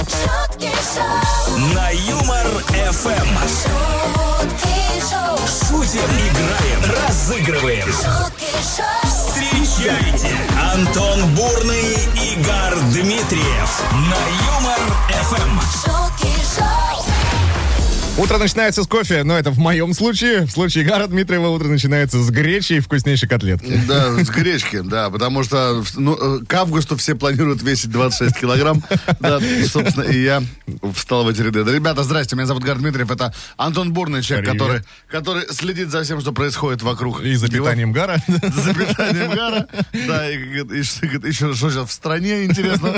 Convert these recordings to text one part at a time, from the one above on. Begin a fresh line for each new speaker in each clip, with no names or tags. Шутки шоу,
На Юмор ФМ
шутки шоу,
шутим, играем, разыгрываем.
шутки шоу,
Встречайте Антон Бурный, Игорь Дмитриев на Юмор Эм. ФМ.
шутки шоу,
Утро начинается с кофе, но это в моем случае. В случае Гара Дмитриева утро начинается с гречи и вкуснейшей котлетки.
Да, с гречки, да, потому что в- ну, э, к августу все планируют весить 26 килограмм. Да, собственно, и я встал в эти ряды. Да, ребята, здрасте, меня зовут Гар Дмитриев, это Антон Бурный, человек, который,
Привет.
который следит за всем, что происходит вокруг.
И за
него.
питанием Гара.
За питанием Гара. Да, и, говорит, и что- говорит, еще что сейчас в стране, интересно.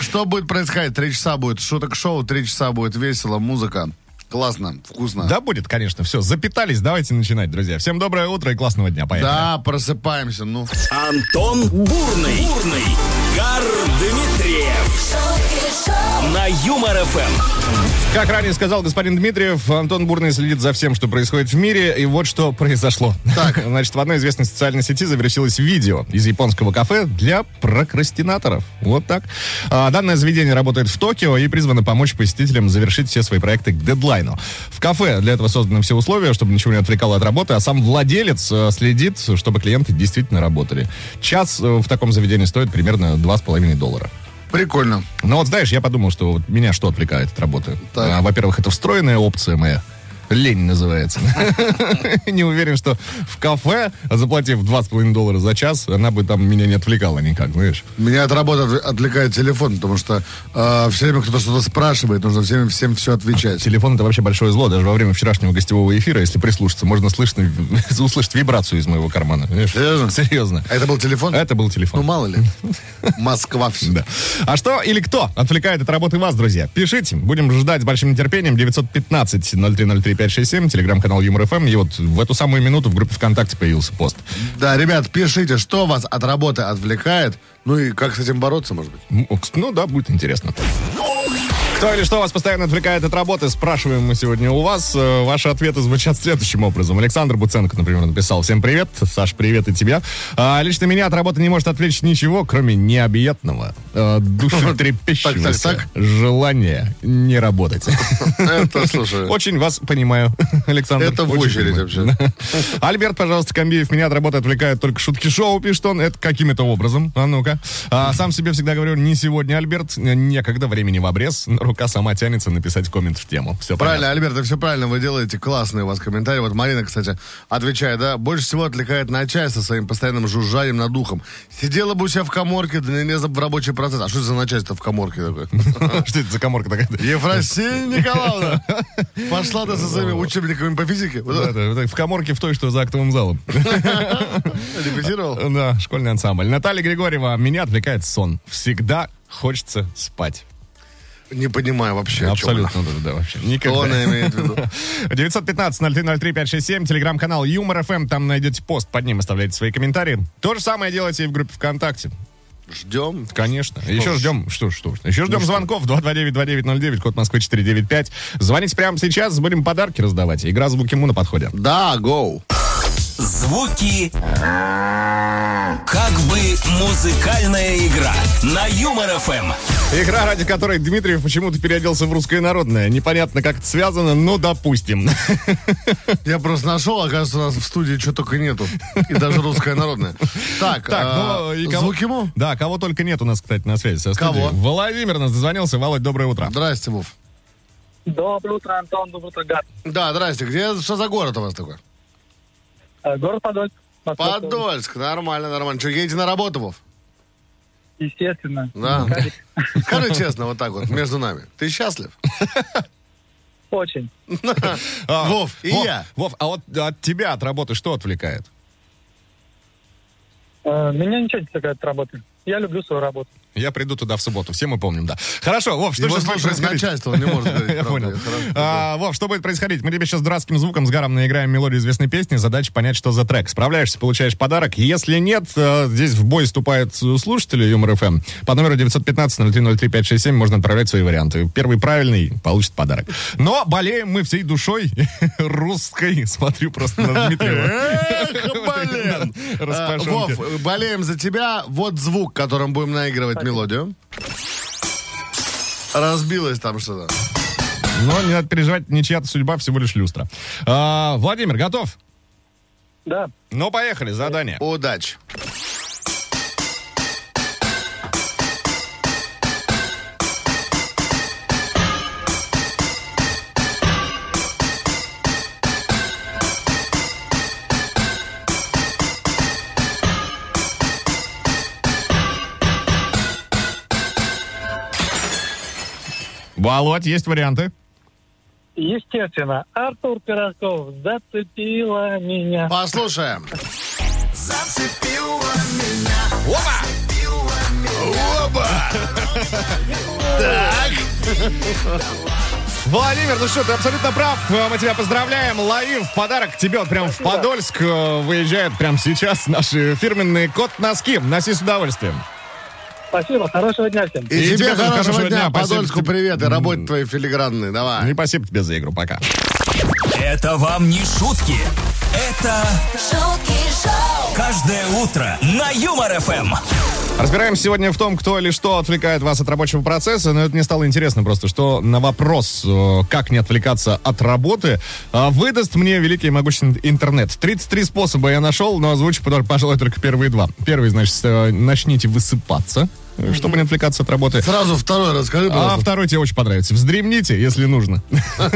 Что будет происходить? Три часа будет шуток-шоу, три часа будет весело, музыка. Классно, вкусно.
Да будет, конечно, все. Запитались, давайте начинать, друзья. Всем доброе утро и классного дня. Поехали.
Да, просыпаемся, ну.
Антон Бурный, Бурный, Гар Дмитриев
шутки шоу,
на Юмор Эм. ФМ.
Как ранее сказал господин Дмитриев, Антон Бурный следит за всем, что происходит в мире, и вот что произошло.
Так.
Значит, в одной известной социальной сети завершилось видео из японского кафе для прокрастинаторов. Вот так. А, Данное заведение работает в Токио и призвано помочь посетителям завершить все свои проекты к дедлайну. В кафе для этого созданы все условия, чтобы ничего не отвлекало от работы, а сам владелец э, следит, чтобы клиенты действительно работали. Час э, в таком заведении стоит примерно 2,5 доллара.
Прикольно.
Ну вот знаешь, я подумал, что вот меня что отвлекает от работы?
Так.
А, во-первых, это встроенная опция моя. Лень называется. Не уверен, что в кафе, заплатив 2,5 доллара за час, она бы там меня не отвлекала никак, знаешь.
Меня от работы отв- отвлекает телефон, потому что э, все время кто-то что-то спрашивает, нужно всем, всем все отвечать.
Телефон это вообще большое зло. Даже во время вчерашнего гостевого эфира, если прислушаться, можно слышно, услышать вибрацию из моего кармана. понимаешь?
Серьезно?
Серьезно.
А это был телефон?
Это был
Ну,
телефон.
мало ли. Москва все.
Да. А что или кто отвлекает от работы вас, друзья? Пишите. Будем ждать с большим нетерпением. 915-0303-567, телеграм-канал Юмор ФМ. И вот в эту самую минуту в группе ВКонтакте появился пост.
Да, ребят, пишите, что вас от работы отвлекает, ну и как с этим бороться, может быть.
М, окс- Ну да, будет интересно. Кто или что вас постоянно отвлекает от работы, спрашиваем мы сегодня у вас. Э, Ваши ответы звучат следующим образом. Александр Буценко, например, написал. Всем привет, Саш, привет и тебя. А, лично меня от работы не может отвлечь ничего, кроме необъятного, э,
Так,
душетрепещущегося
так,
желания не работать.
Это, слушай,
Очень вас понимаю, Александр.
Э. это в
очень
очередь
понимаю.
вообще.
Альберт, пожалуйста, Камбиев, меня от работы отвлекают только шутки шоу, пишет он. Это каким-то образом. А ну-ка. А, сам себе всегда говорю, не сегодня, Альберт, некогда, времени в обрез. Рука сама тянется написать коммент в тему. Все
Правильно, Альберт, это все правильно вы делаете. Классные у вас комментарии. Вот Марина, кстати, отвечает, да, больше всего отвлекает начальство своим постоянным жужжанием над духом. Сидела бы у себя в коморке, да не лезла бы в рабочий процесс. А что это за начальство в коморке такое?
Что это за коморка такая?
Ефросинья Николаевна, пошла ты со своими учебниками по физике. Вот
Да,
это
да, В коморке в той, что за актовым залом.
Репетировал?
Да, школьный ансамбль. Наталья Григорьева, меня отвлекает сон. Всегда хочется спать.
Не понимаю вообще, о чем она.
Абсолютно, да, да, вообще.
Что
Никогда.
она имеет в виду?
915-0303-567, телеграм-канал Юмор ФМ, там найдете пост, под ним оставляйте свои комментарии. То же самое делайте и в группе ВКонтакте.
Ждем.
Конечно. Еще ждем, что, что, что. Еще
Ну
ждем звонков 229-2909, код Москвы 495. Звоните прямо сейчас, будем подарки раздавать. Игра «Звуки Му» на подходе.
Да, гоу.
Звуки как бы музыкальная игра на Юмор Эм. ФМ.
Игра, ради которой Дмитриев почему-то переоделся в русское народное. Непонятно, как это связано, но допустим.
Я просто нашел, оказывается, у нас в студии чего только нету. И даже русская народная. Так,
Так, ну
а,
и кого...
звук ему?
Да, кого только нет у нас, кстати, на связи со студией.
Кого?
Владимир нас дозвонился. Володь, доброе утро.
Здрасте, Вов.
Доброе утро, Антон. Доброе утро, Гар.
Да, здрасте. Где, что за город у вас такой?
Э, Город Подольск. Московская область.
Подольск. Нормально, нормально. Что, едете на работу, Вов?
Естественно.
Да. Скажи честно, вот так вот, между нами. Ты счастлив?
Очень.
А,
Вов, и
Вов,
я.
Вов, а вот от тебя, от работы, что отвлекает?
Э, Меня ничего не отвлекает от работы. Я люблю свою работу.
Я приду туда в субботу, все мы помним, да. Хорошо, Вов, что
Его
сейчас будет
слушает
происходить?
начальство, он не может говорить.
Я
правду.
понял.
Хорошо.
А, Вов, что будет происходить? Мы тебе сейчас дурацким звуком с Гаром наиграем мелодию известной песни. Задача понять, что за трек. Справляешься, получаешь подарок. Если нет, э, здесь в бой вступают э, слушатели Юмор ФМ. По номеру 915-0303-567 можно отправлять свои варианты. Первый правильный получит подарок. Но болеем мы всей душой русской. Смотрю просто на Дмитриева.
Блин. А,
Распашонки.
Вов, болеем за тебя. Вот звук, которым будем наигрывать мелодию. Разбилось там что-то.
Но не надо переживать, не чья-то судьба, всего лишь люстра. А, Владимир, готов?
Да.
Ну, поехали, задание.
Удачи.
Володь, есть варианты?
Естественно, Артур Пирожков зацепила меня.
А. Послушаем.
Опа!
Так.
Владимир, ну что, ты абсолютно прав. Э, Мы тебя поздравляем. Лови в подарок тебе вот прям в Подольск э, выезжают прям сейчас э, наши фирменные кот-носки. Носи с удовольствием.
Спасибо, хорошего дня всем.
И,
И
тебе хорошего дня.
Спасибо
Подольску
тебе.
привет и работе твоей филигранной. Давай.
И спасибо тебе за игру. Пока.
Это вам не шутки. Это
шутки шоу,
каждое утро на Юмор Эм. ФМ.
Разбираемся сегодня в том, кто или что отвлекает вас от рабочего процесса, но это мне стало интересно просто, что на вопрос, э, как не отвлекаться от работы, э, выдаст мне великий и могущественный интернет. 33 способа я нашел, но озвучу, потом, пожалуй, только первые два. Первый, значит, э, начните высыпаться, э, чтобы не отвлекаться от работы.
Сразу второй расскажи,
А
пожалуйста.
второй тебе очень понравится. Вздремните, если нужно.
Ну,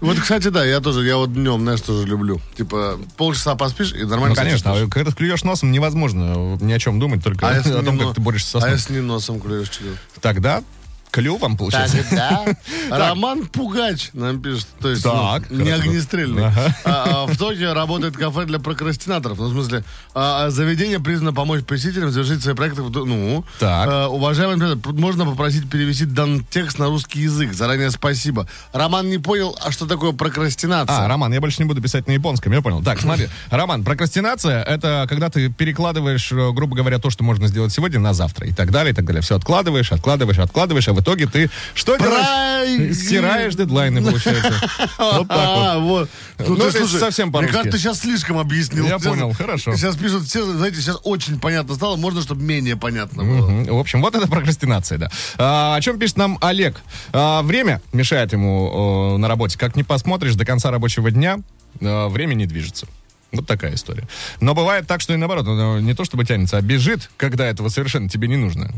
Вот, кстати, да, я тоже, я вот днем, знаешь, тоже люблю. Типа, полчаса поспишь и
Ну,
нормально.
конечно,
сосешь.
а когда ты клюешь носом, невозможно ни о чем думать, только
А если
о том,
не но-
как ты борешься со
А
сном.
если не носом клюешь член?
Тогда клювом, получается.
Роман Пугач нам пишет. То есть, ну,
Так,
не
хорошо.
огнестрельный.
Ага.
А, а, В Токио работает кафе для прокрастинаторов. Ну, в смысле, а, а, заведение призвано помочь посетителям завершить свои проекты. в ду- Ну,
Так.
а, уважаемый, например, можно попросить перевести данный текст на русский язык. Заранее спасибо. Роман не понял, а что такое
А,
прокрастинация?
Роман, я больше не буду писать на японском, я понял. Так, смотри, Роман, прокрастинация — это когда ты перекладываешь, э, грубо говоря, то, что можно сделать сегодня, на завтра и так далее, и так далее. Все откладываешь, откладываешь, откладываешь, а в итоге ты что
Про-
делаешь? Стираешь дедлайны, получается. Вот так
А,
вот.
вот.
Ну, то есть совсем
Мне
по-русски.
кажется, ты сейчас слишком объяснил.
Я
Сейчас-
понял, хорошо.
Сейчас пишут все, знаете, сейчас очень понятно стало. Можно, чтобы менее понятно было.
Мгм. В общем, вот это прокрастинация, да. А, о чем пишет нам Олег? А, время мешает ему э, на работе. Как не посмотришь, до конца рабочего дня э, время не движется. Вот такая история. Но бывает так, что и наоборот, оно не то чтобы тянется, а бежит, когда этого совершенно тебе не нужно.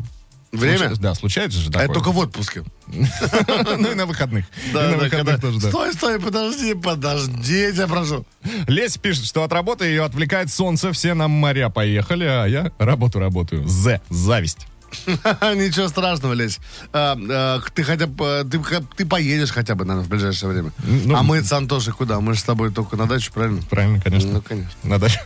Время?
Случа- да, случается же
А
такое.
это только в отпуске.
Ну и на выходных. И
Да,
на
да,
выходных
когда-
тоже, да.
Стой, стой, подожди, подожди, я тебя прошу.
Лесь пишет, что от работы ее отвлекает солнце, все на моря поехали, а я работу работаю. З. Зависть.
Ничего страшного, Лесь. А, а, Ты хотя бы, э, ты х- ты поедешь хотя бы, наверное, в ближайшее время.
Ну,
А мы с Антошей куда? Мы же с тобой только на дачу, правильно?
Правильно, конечно.
Ну, конечно.
На дачу.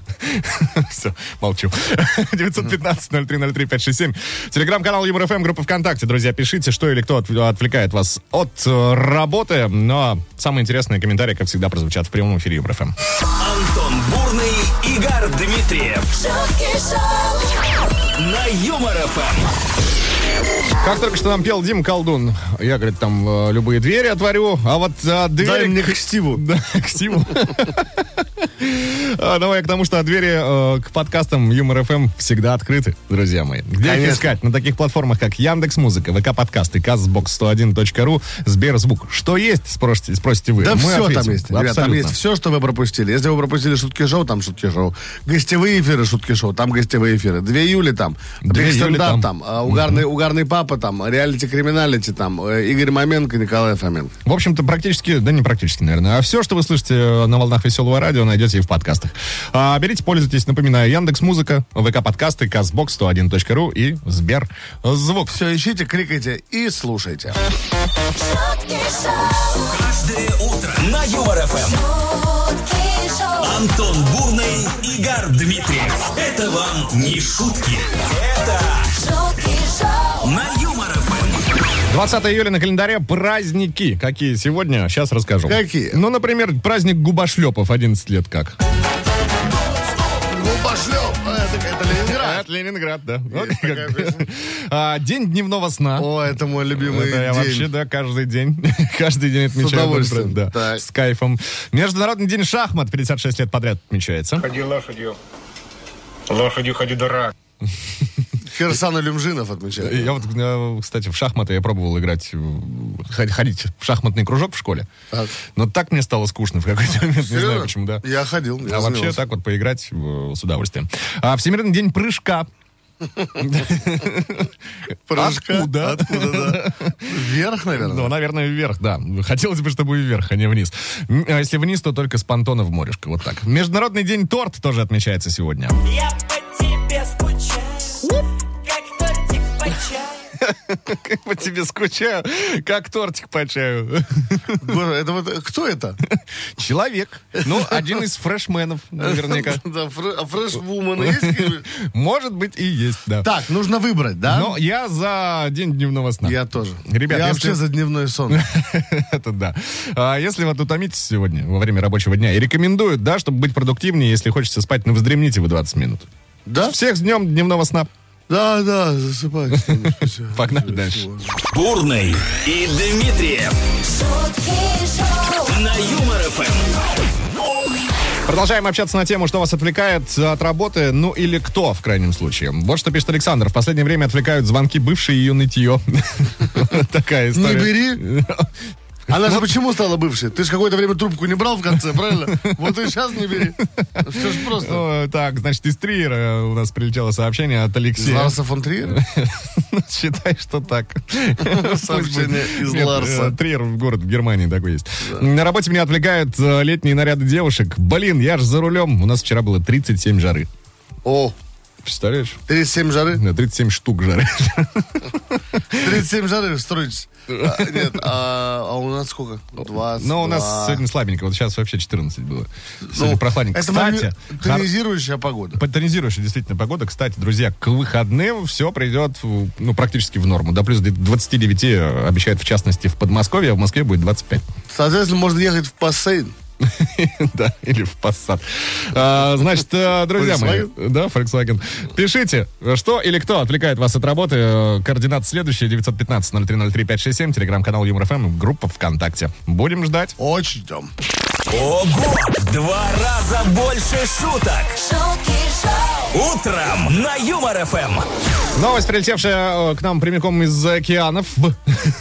Все, молчу. 915-0303-567. Телеграм-канал ЮморФМ, группа ВКонтакте. Друзья, пишите, что или кто от- отвлекает вас от э, работы. Но самые интересные комментарии, как всегда, прозвучат в прямом эфире ЮморФМ.
Антон Бурный, Игорь Дмитриев
шутки шоу,
на Юмор ФМ.
Как только что нам пел Дим Колдун, я, говорит, там э, любые двери отворю, а вот э, двери...
Дай мне к Стиву.
Да, к Симу. А, Давай к тому, что двери э, к подкастам Юмор ФМ всегда открыты, друзья мои. Где их
Конечно.
искать? На таких платформах, как Яндекс Музыка, ВК Подкасты, Казбокс101.ру, Сберзвук. Что есть, спросите, спросите вы.
Да
Э, Мы
все
ответим.
там есть, ребят, там
Абсолютно.
есть все, что вы пропустили. Если вы пропустили шутки шоу, там шутки шоу. Гостевые эфиры, шутки шоу, там гостевые эфиры. Две Юли там,
Две
Биг
Юли
Стендап
там.
там, а, угарный, угарный папа там, реалити криминалити там, э, Игорь Маменко, Николай Фоменко.
В общем-то, практически, да не практически, наверное, а все, что вы слышите на волнах веселого радио, найдете и в подкастах. А, берите, пользуйтесь, напоминаю, Яндекс Музыка, ВК Подкасты, Казбокс 101.ру и Сберзвук.
Все, ищите, кликайте и слушайте.
шутки шоу,
Каждое утро на Юмор ФМ.
шутки шоу,
Антон Бурный, Игорь Дмитриев. Это вам не шутки. Это
шутки шоу,
на Юмор ФМ.
20 июля на календаре праздники. Какие сегодня? Сейчас расскажу.
Какие?
Ну, например, праздник губошлепов 11 лет как.
Ну, Губошлеп! Это, Э, это Ленинград.
Ленинград, да.
Есть такая песня.
А, День дневного сна.
О, это мой любимый
Это я
день.
вообще, да, каждый день. каждый день отмечаю. этот
удовольствием.
праздник, Да,
Так.
с кайфом. Международный день шахмат 56 лет подряд отмечается.
Ходи лошадью. Лошадью ходи дурак.
Кирсан Люмжинов отмечает.
Я вот, э, кстати, в шахматы я пробовал играть, э, ход- ходить в шахматный кружок в школе.
Так.
Но так мне стало скучно в какой-то момент, не знаю
Серьезно?
почему, да.
Я ходил, я
А вообще
занимался.
так вот поиграть э, с удовольствием. А Всемирный день прыжка.
Прыжка.
Откуда?
Откуда, да. Вверх,
Ну,
наверное.
наверное, вверх, да. Хотелось бы, чтобы и вверх, а не вниз. М, а Если вниз, то только с понтона в морешко. Вот так. Международный день торт тоже отмечается сегодня.
Я по тебе скучаю, как тортик по чаю.
Как по тебе скучаю, как тортик по чаю.
Боже, Это вот э, кто это?
Человек. Ну, один из фрешменов, наверняка.
Да, фр- а фреш-вумен есть какие-нибудь?
Может быть и есть, да.
Так, нужно выбрать, да?
Но я за день дневного сна.
Я тоже.
Ребят,
я
если-
вообще за дневной сон.
Это да. А если вот утомитесь сегодня во время рабочего дня, и рекомендуют, да, чтобы быть продуктивнее, если хочется спать, ну, вздремните вы 20 минут.
Да?
Всех с днем дневного сна.
Да, да, засыпай.
Погнали дальше.
Бурный и Дмитриев
шутки шоу,
на Юмор ФМ.
Продолжаем общаться на тему, что вас отвлекает от работы, ну или кто, в крайнем случае. Вот что пишет Александр. В последнее время отвлекают звонки бывшей и ее нытье. Такая
Не
история.
бери. Она
Ну-
же почему стала бывшей? Ты же какое-то время трубку не брал в конце, правильно? Вот и сейчас не бери. Все же просто.
О, Ну, Так, значит, из Триера у нас прилетело сообщение от
Из
Алексея. Ну,
Ларса фон Триера?
Считай, что так.
Сообщение
Пусть будет.
из
Нет,
Ларса.
э, Триер, город в Германии такой есть. На работе меня отвлекают э, летние наряды девушек. Блин, я же за рулем. У нас вчера было 37 жары.
О,
Представляешь?
37 жары.
Да, 37 штук жары.
37 жары строить. А, Нет, а а у нас сколько? 20.
Но Ну, у нас сегодня слабенько. Вот сейчас вообще 14 было. Сегодня прохладненько.
Ну, Это вам
Кстати,
не-
хор-
тонизирующая погода.
под тонизирующей действительно погода. Кстати, друзья, к выходным все придет в- ну, практически в норму. До плюс 29 обещают, в частности, в Подмосковье, а в Москве будет 25.
Соответственно, можно ехать в бассейн.
Да, или в Passat. А, Значит, э, друзья мои, да, Volkswagen, пишите, что или кто отвлекает вас от работы. Э, Координаты следующие, 915-0303-567, телеграм-канал Юмор-ФМ, группа ВКонтакте. Будем ждать.
Очень ждем.
Ого! Два раза больше шуток.
шутки шоу,
Утром на Юмор ФМ.
Новость, прилетевшая э, к нам прямиком из океанов.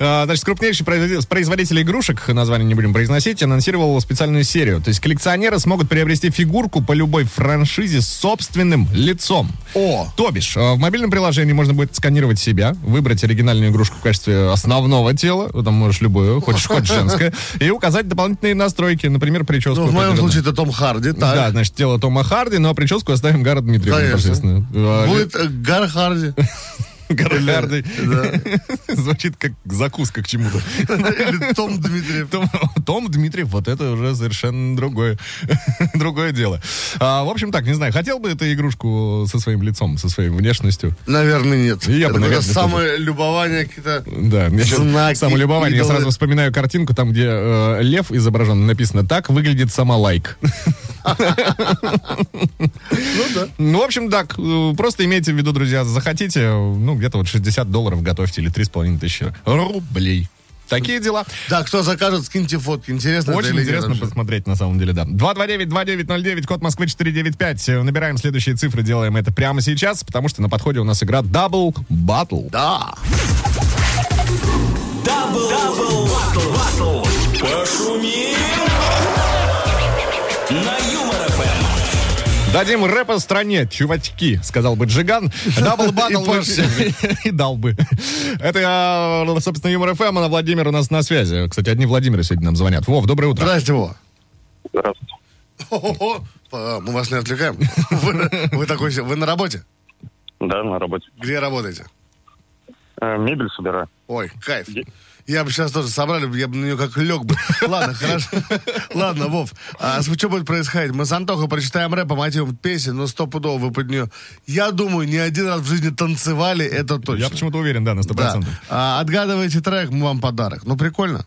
Э, Значит, крупнейший производитель производитель игрушек, название не будем произносить, анонсировал специальную серию. То есть коллекционеры смогут приобрести фигурку по любой франшизе с собственным лицом.
О!
То бишь, э, в мобильном приложении можно будет сканировать себя, выбрать оригинальную игрушку в качестве основного тела, ну, там можешь любую, хочешь, хочешь женское, и указать дополнительные настройки, например, прическу.
Ну, в моем
определенную.
случае это Том Харди,
Да,
так.
значит, тело Тома Харди, но прическу оставим Гара Дмитриеву
Конечно.
непосредственно. Э,
Будет э, Гар Харди.
Гара Харди.
Да.
Звучит как закуска к чему-то.
Или Том Дмитриев.
Том, Том Дмитриев, вот это уже совершенно другое, другое дело. А, в общем так, не знаю, хотел бы ты игрушку со своим лицом, со своей внешностью?
Наверное, нет.
Я бы, наверное,
это какое-то самое любование какие-то...
Да, мне сейчас
Знаки,
самолюбование. Я
идолы.
сразу вспоминаю картинку, там, где э, лев изображен, написано «Так выглядит сама лайк».
Ну да.
Ну, в общем, так, э, просто имейте в виду, друзья, захотите, э, ну, где-то вот 60 долларов готовьте или 3,5 тысячи рублей. Такие дела.
Да, кто закажет, скиньте фотки. Интересно это
Очень
или нет
интересно
вообще?
посмотреть, на самом деле, да. 229-2909, код Москвы 495. Э, Набираем следующие цифры, делаем это прямо сейчас, потому что на подходе у нас игра Double Battle.
Да.
Дабл, дабл, батл, батл. Пошумим. На Юмор Эм. ФМ.
Дадим рэпа стране, чувачки, сказал бы Джиган. Дабл
И
батл
больше.
вообще. и дал бы. Это, э, собственно, Юмор ФМ, она Владимир у нас на связи. Кстати, одни Владимиры сегодня нам звонят. Вов, доброе утро.
Здрасте, Вова.
Здравствуйте.
О-о-о. А, Мы вас не отвлекаем. Вы- Вы такой, се- вы на работе?
Да, на работе.
Где работаете?
Э, Мебель собираю.
Ой, кайф. Я бы сейчас тоже собрали, бы, я бы на нее как лег бы. Ладно, хорошо. Ладно, Вов, а что будет происходить? Мы с Антохой прочитаем рэп по мотивам песен, но стопудово вы под нее. Я думаю, не один раз в жизни танцевали, это точно.
Я почему-то уверен, да, на
Да.
100%.
А, отгадывайте трек, мы вам подарок. Ну, прикольно.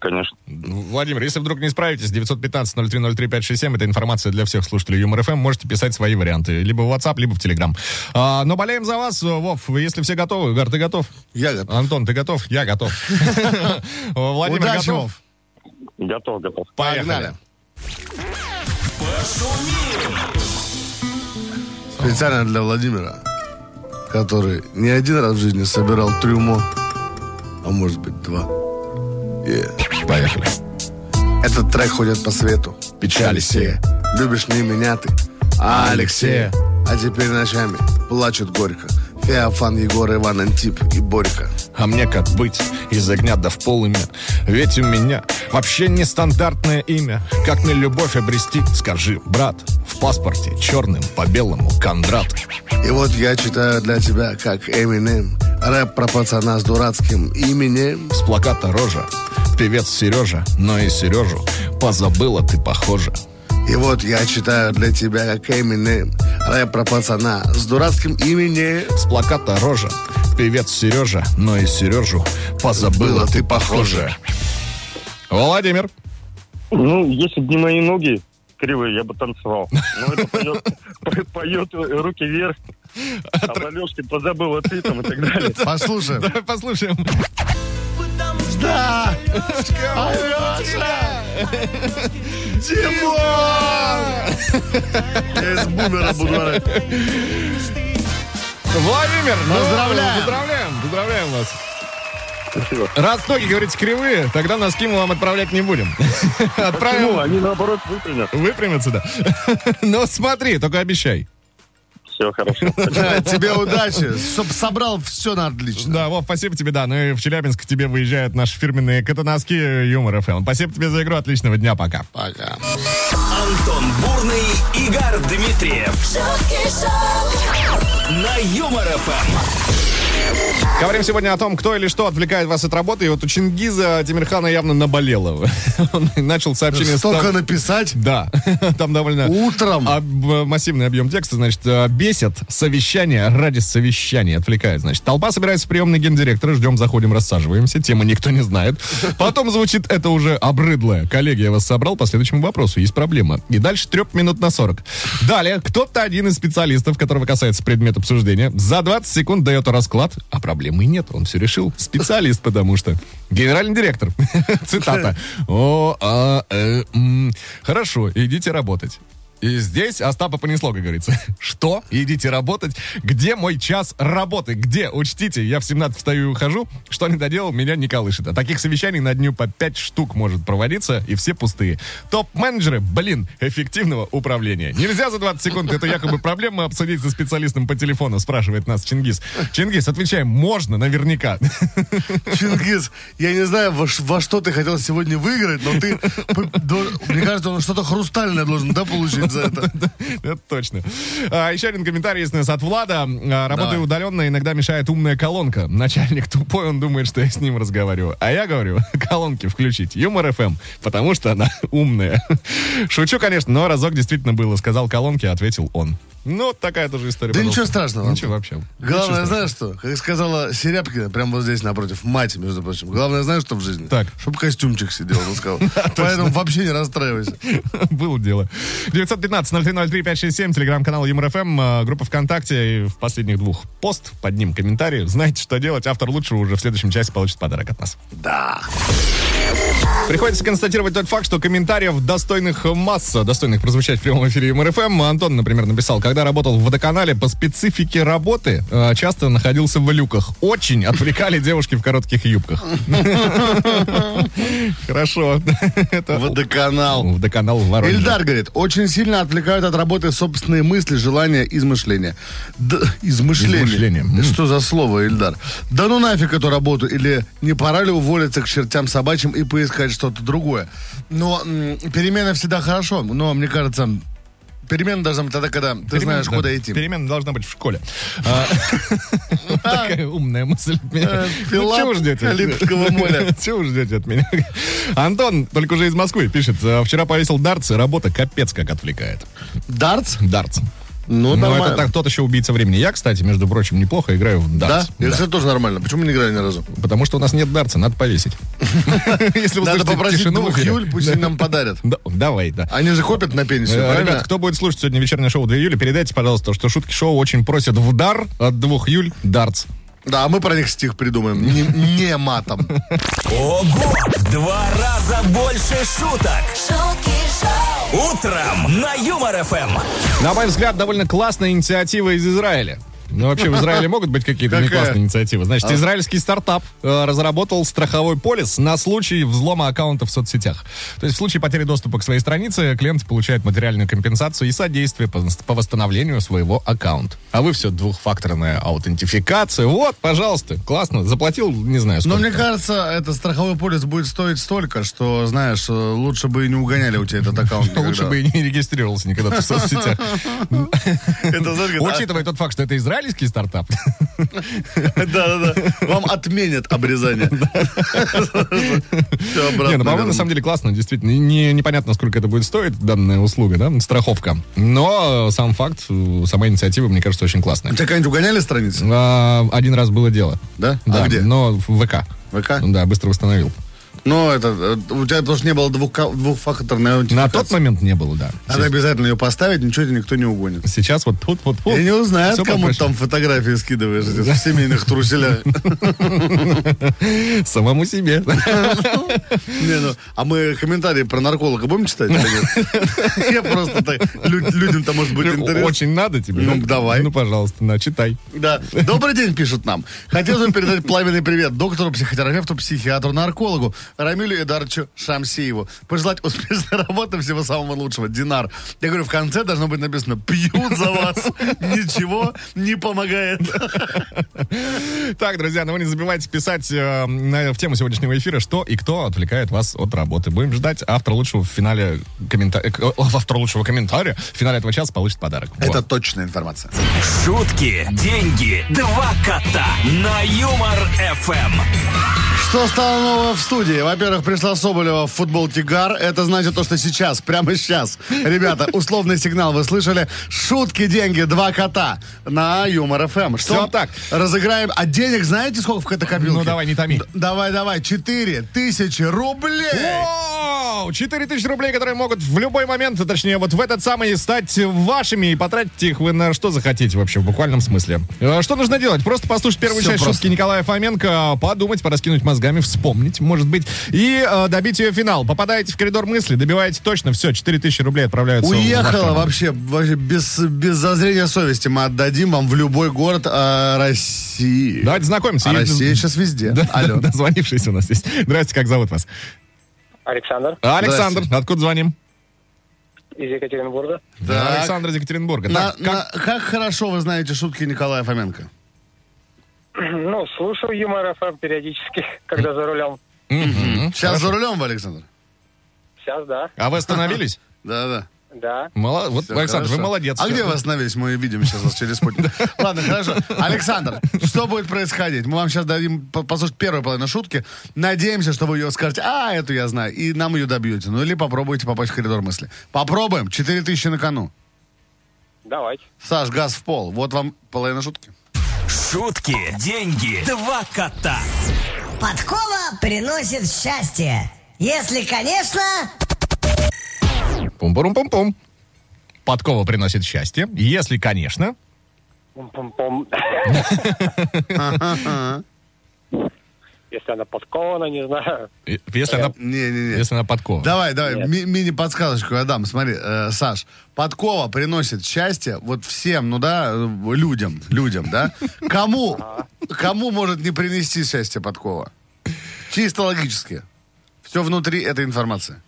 Конечно.
Ну, Владимир, если вдруг не справитесь, 915-0303-567, это информация для всех слушателей Юмор ФМ, можете писать свои варианты, либо в WhatsApp, либо в Telegram. А, но болеем за вас, Вов, если все готовы. Гар, ты готов?
Я готов.
Антон, ты готов? Я готов. Владимир
Удачи,
готов?
Вов.
Готов, готов.
Поехали.
Погнали. Специально для Владимира, который не один раз в жизни собирал трюмо, а может быть два. Е.
Поехали.
Этот трек ходит по свету.
Печали сея.
Любишь не меня ты, а Алексея. А теперь ночами плачут горько. Феофан, Егор, Иван, Антип и Борька.
А мне как быть из огня да в полымя? Ведь у меня вообще нестандартное имя. Как мне любовь обрести, скажи, брат? В паспорте черным по белому Кондрат.
И вот я читаю для тебя, как Эминем, рэп про пацана с дурацким именем.
С плаката рожа, певец Сережа, но и Сережу позабыла ты, похоже.
И вот я читаю для тебя, как Эминем, рэп про пацана с дурацким именем.
С плаката рожа, певец Сережа, но и Сережу позабыла ты, похоже. Владимир.
Ну, если бы не мои ноги кривые, я бы танцевал. Но это поет, поет руки вверх, а Алешки позабыла ты там и так далее.
Послушай,
Давай послушаем.
Потому что
я из бумера буду
Ну,
орать.
Владимир, ну,
Поздравляем.
Поздравляем, поздравляем вас.
Спасибо.
Раз ноги, говорите, кривые, тогда носки мы вам отправлять не будем.
Ну,
Отправим.
они наоборот выпрямят.
Выпрямятся, да. Но смотри, только обещай.
Все хорошо.
Да, э, Тебе удачи, чтоб собрал все на отлично.
Да, Вов, спасибо тебе, да. Ну и в Челябинск к тебе выезжают наши фирменные катаноски Юмор ФМ. Спасибо тебе за игру, отличного дня, пока.
Пока.
Антон Бурный, Игорь Дмитриев
шутки шоу,
на Юмор Эм. ФМ.
Говорим сегодня о том, кто или что отвлекает вас от работы. И вот у Чингиза Тимирхана явно наболело. Он начал сообщение... с
Столько
того-
написать
Да, там довольно...
утром.
Об- э, массивный объем текста, значит, э, бесит совещание ради совещания, отвлекает, значит. Толпа собирается в приемной гендиректора, ждем, заходим, рассаживаемся, темы никто не знает. Потом звучит это уже обрыдлое. Коллеги, я вас собрал по следующему вопросу, есть проблема. И дальше треп минут на 40. Далее, кто-то один из специалистов, которого касается предмет обсуждения, за 20 секунд дает расклад, а проблемы нет, он все решил. Специалист, потому что. Генеральный директор. Цитата. О, а, э, м. Хорошо, идите работать. И здесь Остапа понесло, как говорится. Что? Идите работать? Где мой час работы? Где? Учтите, я в 17 встаю и ухожу. Что не доделал, меня не колышет. А таких совещаний на дню по 5 штук может проводиться, и все пустые. Топ-менеджеры, блин, эффективного управления. Нельзя за 20 секунд эту якобы проблему обсудить со специалистом по телефону, спрашивает нас Чингис. Чингис, отвечаем, можно, наверняка.
Чингис, я не знаю, во, ш- во что ты хотел сегодня выиграть, но ты... п- до- Мне кажется, он что-то хрустальное должен, да, получить за это?
Это точно. А, еще один комментарий есть у нас от Влада. А, Работаю
Давай.
удаленно, иногда мешает умная колонка. Начальник тупой, он думает, что я с ним разговариваю. А я говорю, колонки включить. Юмор ФМ, потому что она умная. Шучу, конечно, но разок действительно было. Сказал колонки, ответил он. Ну, такая тоже история.
Да
пожалуйста.
ничего страшного.
Ничего вообще.
Главное,
Ничего страшного.
знаешь что? Как сказала Серябкина, прямо вот здесь напротив, мать, между прочим. Главное, знаешь, что в жизни?
Так.
Чтоб костюмчик сидел, он сказал. Поэтому вообще не расстраивайся.
Было дело. 915-0303-567, телеграм-канал ЮморФМ, э, группа ВКонтакте и в последних двух пост, под ним комментарий. Знаете, что делать. Автор лучшего уже в следующем часе получит подарок от нас.
Да.
Приходится констатировать тот факт, что комментариев достойных масса, достойных прозвучать в прямом эфире МРФМ. Антон, например, написал, когда работал в водоканале, по специфике работы э, часто находился в люках. Очень отвлекали девушки в коротких юбках. Хорошо. Это
Водоканал.
водоканал в Воронеже.
Ильдар говорит, очень сильно отвлекают от работы собственные мысли, желания, измышления. Да, измышления.
Измышления. М.
Что за слово, Ильдар? Да ну нафиг эту работу, или не пора ли уволиться к чертям собачьим и поискать что-то другое? Но м, перемена всегда хорошо, но мне кажется, перемена должна быть тогда, когда ты
Перемена,
знаешь,
да,
куда идти.
Перемена должна быть в школе. А, Такая умная мысль. от меня.
Э,
Ну,
Пилат
чего вы ждете?
Липского моря.
Чего вы ждете от меня? Антон, только уже из Москвы, пишет. «А, Вчера повесил дартс, и работа капец как отвлекает.
Дартс?
Дартс.
Ну,
Но
нормально.
это так, тот еще убийца времени. Я, кстати, между прочим, неплохо играю в
Да?
дартс.
Я,
Да.
кстати, тоже нормально. Почему не играю ни разу?
Потому что у нас нет дартса, надо повесить. Если вы
Надо
слышите
попросить
Ну, тишину в
двух
эфире.
Юль, пусть они нам подарят.
Да, Давай, да.
Они же копят на пенсию,
Э,
правильно?
Ребят, кто будет слушать сегодня вечернее шоу 2 июля, передайте, пожалуйста, что шутки шоу очень просят в дар от 2 июль дартс.
Да, а мы про них стих придумаем. Не, не матом.
Ого! В Два раза больше шуток
шутки шоу.
Утром на Юмор Эм. ФМ.
На мой взгляд, довольно классная инициатива из Израиля. Ну, вообще, в Израиле могут быть какие-то
Какая?
неклассные инициативы. Значит, израильский стартап э, разработал страховой полис на случай взлома аккаунта в соцсетях. То есть в случае потери доступа к своей странице клиент получает материальную компенсацию и содействие по, по восстановлению своего аккаунта. А вы все двухфакторная аутентификация. Вот, пожалуйста, классно. Заплатил, не знаю,
Но
сколько.
мне кажется, это страховой полис будет стоить столько, что, знаешь, э, лучше бы и не угоняли у тебя этот аккаунт. никогда.
Лучше бы и не регистрировался никогда ты в соцсетях.
Это, знаешь, когда-
Учитывая тот факт, что это израильский стартап,
Да-да-да. Вам отменят обрезание. Всё обратно
Не, ну, по-моему, на
вернут.
самом деле классно, действительно. Не, непонятно, сколько это будет стоить, данная услуга, да, страховка. Но э, сам факт, э, сама инициатива, мне кажется, очень классная.
У тебя когда-нибудь угоняли страницу?
А, один раз было дело.
Да? А
Да,
где?
но в ВК.
ВК?
Да, быстро восстановил.
Ну, это, э, у тебя тоже не было двухка- двухфакторной
На
аутентификации.
тот момент не было, да.
Надо обязательно ее поставить, ничего тебе никто не угонит.
Сейчас вот тут, вот, вот.
Я не узнаю,
всё
кому ты
попроще.
там фотографии скидываешь эти, в семейных труселях.
Самому себе.
Не, ну, а мы комментарии про нарколога будем читать? или нет? Я просто так, лю- людям-то может быть интересно.
Очень надо тебе.
Ну,
да?
давай.
Ну, пожалуйста, на, читай.
Да. Добрый день, пишут нам. Хотел бы передать пламенный привет доктору, психотерапевту, психиатру, наркологу Рамилю Эдарчу Шамсееву. Пожелать успешной работы, всего самого лучшего. Динар. Я говорю, в конце должно быть написано «Пьют за вас, ничего не помогает».
Так, друзья, но вы не забывайте писать э, на- в тему сегодняшнего эфира, что и кто отвлекает вас от работы. Будем ждать автора лучшего в финале э, комментария. Автор лучшего комментария в финале этого часа получит подарок.
Это
Вот.
точная информация.
Шутки, деньги, два кота на Юмор Эм. ФМ.
Что стало нового в студии? Во-первых, пришла Соболева в футболке ГАР. Это значит то, что сейчас, прямо сейчас. Ребята, условный сигнал вы слышали. Шутки, деньги, два кота на Юмор ФМ. Что
Всё так.
Разыграем. А денег знаете, сколько в катакопилке?
Ну, давай, не томи.
Д- Давай, давай. Четыре тысячи рублей.
Вау! 4000 рублей, которые могут в любой момент, а точнее, вот в этот самый стать вашими и потратите их вы на что захотите вообще, в буквальном смысле. Э, Что нужно делать? Просто послушать первую
Всё
часть
просто.
шутки Николая Фоменко, подумать, пораскинуть мозгами, вспомнить, может быть, и э, добить ее финал. Попадаете в коридор мысли, добиваете точно, все, 4000 рублей отправляются. в ваш
Уехала
карман.
вообще, вообще без, без зазрения совести. Мы отдадим вам в любой город э, России.
Давайте знакомиться.
А
Есть-
Россия сейчас везде.
Да,
Алло.
да, дозвонившийся у нас есть. Здрасте, как зовут вас?
Александр
Александр, откуда звоним?
из Екатеринбурга.
Так.
Александр из Екатеринбурга.
На-
Так,
на- как... хорошо вы знаете шутки Николая Фоменко?
Ну, слушал юмор ФМ периодически, когда за рулем.
Сейчас за рулем вы, Александр?
Сейчас, да,
А вы остановились?
Да-да.
да.
Мало... Вот,
Всё
Александр, вы
хорошо.
молодец.
А
Всё.
где вы остановились? Мы видим сейчас вас через спутник. Ладно, хорошо. Александр, что будет происходить? Мы вам сейчас дадим по- послушать первую половину шутки. Надеемся, что вы ее скажете, а, эту я знаю, и нам ее добьете. Ну или попробуйте попасть в коридор мысли. Попробуем. 4000 на кону.
Давайте.
Саш, газ в пол. Вот вам половина шутки.
Шутки, деньги, два кота.
Подкова приносит счастье. Если, конечно,
Пум-пум-пум-пум. Подкова приносит счастье, если, конечно.
Пум-пум-пум. Если она подкована, не знаю.
И- Если
Э,
она,
Не-не-не.
если она подкова.
Давай, давай,
Нет.
ми- мини-подсказочку я дам. Смотри, э, Саш, подкова приносит счастье вот всем, ну да, э, людям, людям, да? Кому, кому может не принести счастье подкова? Чисто логически. Все внутри этой информации.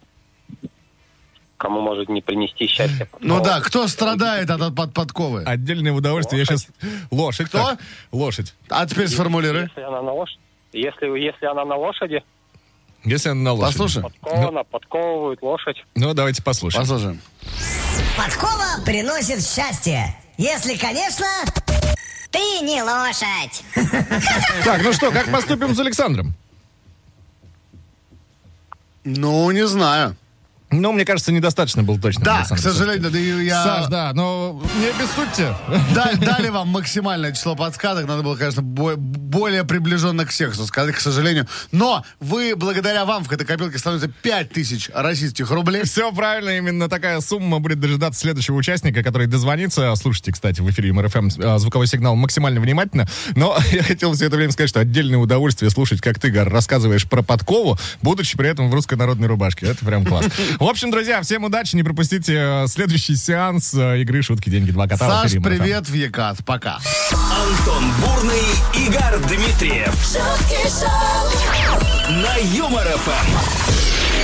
Кому может не принести счастье?
Ну да, кто страдает от, от подковы?
Отдельное удовольствие. Я сейчас... Лошадь.
Кто?
так. Лошадь.
А теперь сформулируй.
Если она на лошади. Если, если она на лошади,
Если она на лошади.
Послушай,
подкована, подковывают лошадь.
Ну, давайте послушаем.
послушаем.
подкова приносит счастье. Если, конечно, ты не лошадь.
Так, ну что, как поступим с Александром?
Ну, не знаю.
Ну, мне кажется, недостаточно был точно.
Да, к
Александр,
сожалению, да и я...
Саш, да, но не обессудьте.
Да- дали вам максимальное число подсказок. Надо было, конечно, бо- более приближенно к сексу сказать, к сожалению. Но вы, благодаря вам, в копилке становится 5000 российских рублей.
Все правильно, именно такая сумма будет дожидаться следующего участника, который дозвонится. Слушайте, кстати, в эфире МРФМ э, звуковой сигнал максимально внимательно. Но я хотел все это время сказать, что отдельное удовольствие слушать, как ты, Гар, рассказываешь про подкову, будучи при этом в русской народной рубашке. Это прям класс. В общем, друзья, всем удачи. Не пропустите э, следующий сеанс э, игры «Шутки, деньги, два кота». в
Саш,
эфире «Юмор-ФМ».
привет в Екат. Пока.
Антон Бурный, Игорь Дмитриев.
шутки шоу,
На Юмор Эм. ФМ.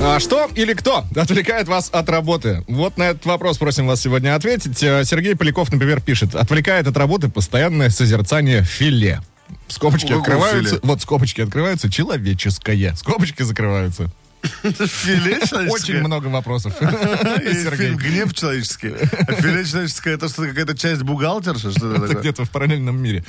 А что или кто отвлекает вас от работы? Вот на этот вопрос просим вас сегодня ответить. Э, Сергей Поляков, например, пишет. Отвлекает от работы постоянное созерцание филе. Скобочки
Ого,
открываются.
филе.
Вот скобочки открываются. Человеческое. Скобочки закрываются.
Филе
Очень
человеческое.
много вопросов.
И
Сергей.
фильм «Гнев человеческий». А Филе человеческое, это что, какая-то часть бухгалтерша? Что это
Это
такое?
где-то в параллельном мире.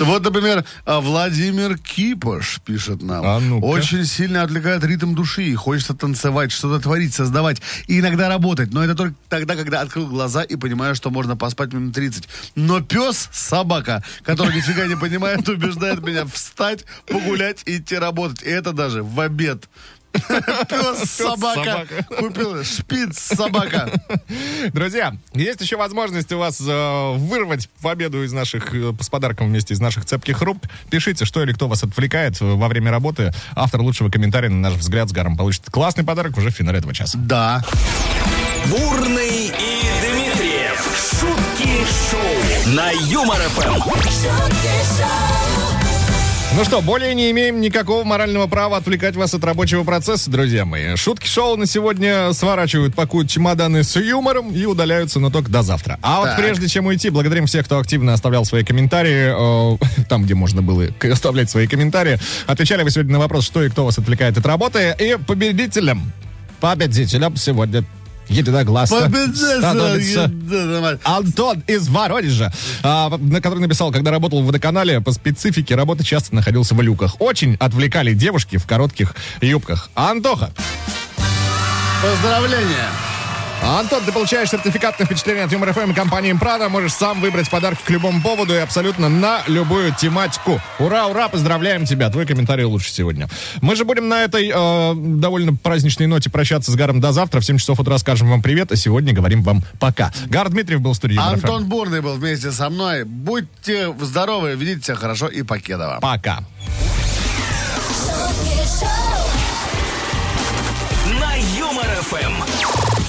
Вот, например, а, Владимир Кипош пишет нам.
А ну-ка.
Очень сильно отвлекает ритм души. и Хочется танцевать, что-то творить, создавать. И иногда работать. Но это только тогда, когда открыл глаза и понимаю, что можно поспать минут 30. Но пес, собака, который нифига не понимает, убеждает меня встать, погулять и идти работать. И это даже в обед. Пес, собака.
собака.
Купил шпиц, собака.
Друзья, есть еще возможность у вас э, вырвать победу из наших, э, с подарком вместе из наших цепких рук. Пишите, что или кто вас отвлекает э, во время работы. Автор лучшего комментария, на наш взгляд, с Гаром получит классный подарок уже в финале этого часа.
Да.
Бурный и Дмитриев. Шутки шоу. На Юмор Эм. ФМ.
шутки шоу,
Ну что, более не имеем никакого морального права отвлекать вас от рабочего процесса, друзья мои. Шутки шоу на сегодня сворачивают, пакуют чемоданы с юмором и удаляются, но только до завтра. А
Так.
вот прежде чем уйти, благодарим всех, кто активно оставлял свои комментарии, э, там, где можно было к- оставлять свои комментарии. Отвечали вы сегодня на вопрос, что и кто вас отвлекает от работы. И победителем, победителем сегодня единогласно становится...
Победитель.
Антон из Воронежа, а, на который написал, когда работал в водоканале, по специфике работы часто находился в люках. Очень отвлекали девушки в коротких юбках. Антоха,
Поздравления.
Антон, ты получаешь сертификат на впечатление от Юмор ФМ и компании Импрада. Можешь сам выбрать подарки к любому поводу и абсолютно на любую тематику. Ура, ура, поздравляем тебя. Твой комментарий лучше сегодня. Мы же будем на этой э, довольно праздничной ноте прощаться с Гаром до завтра. В 7 часов утра скажем вам привет, а сегодня говорим вам пока. Гар Дмитриев был в студии Юмор
Антон
ФМ.
Бурный был вместе со мной. Будьте здоровы, ведите себя хорошо и покедово.
Пока.
шутки шоу.
Эм. На Юмор ФМ.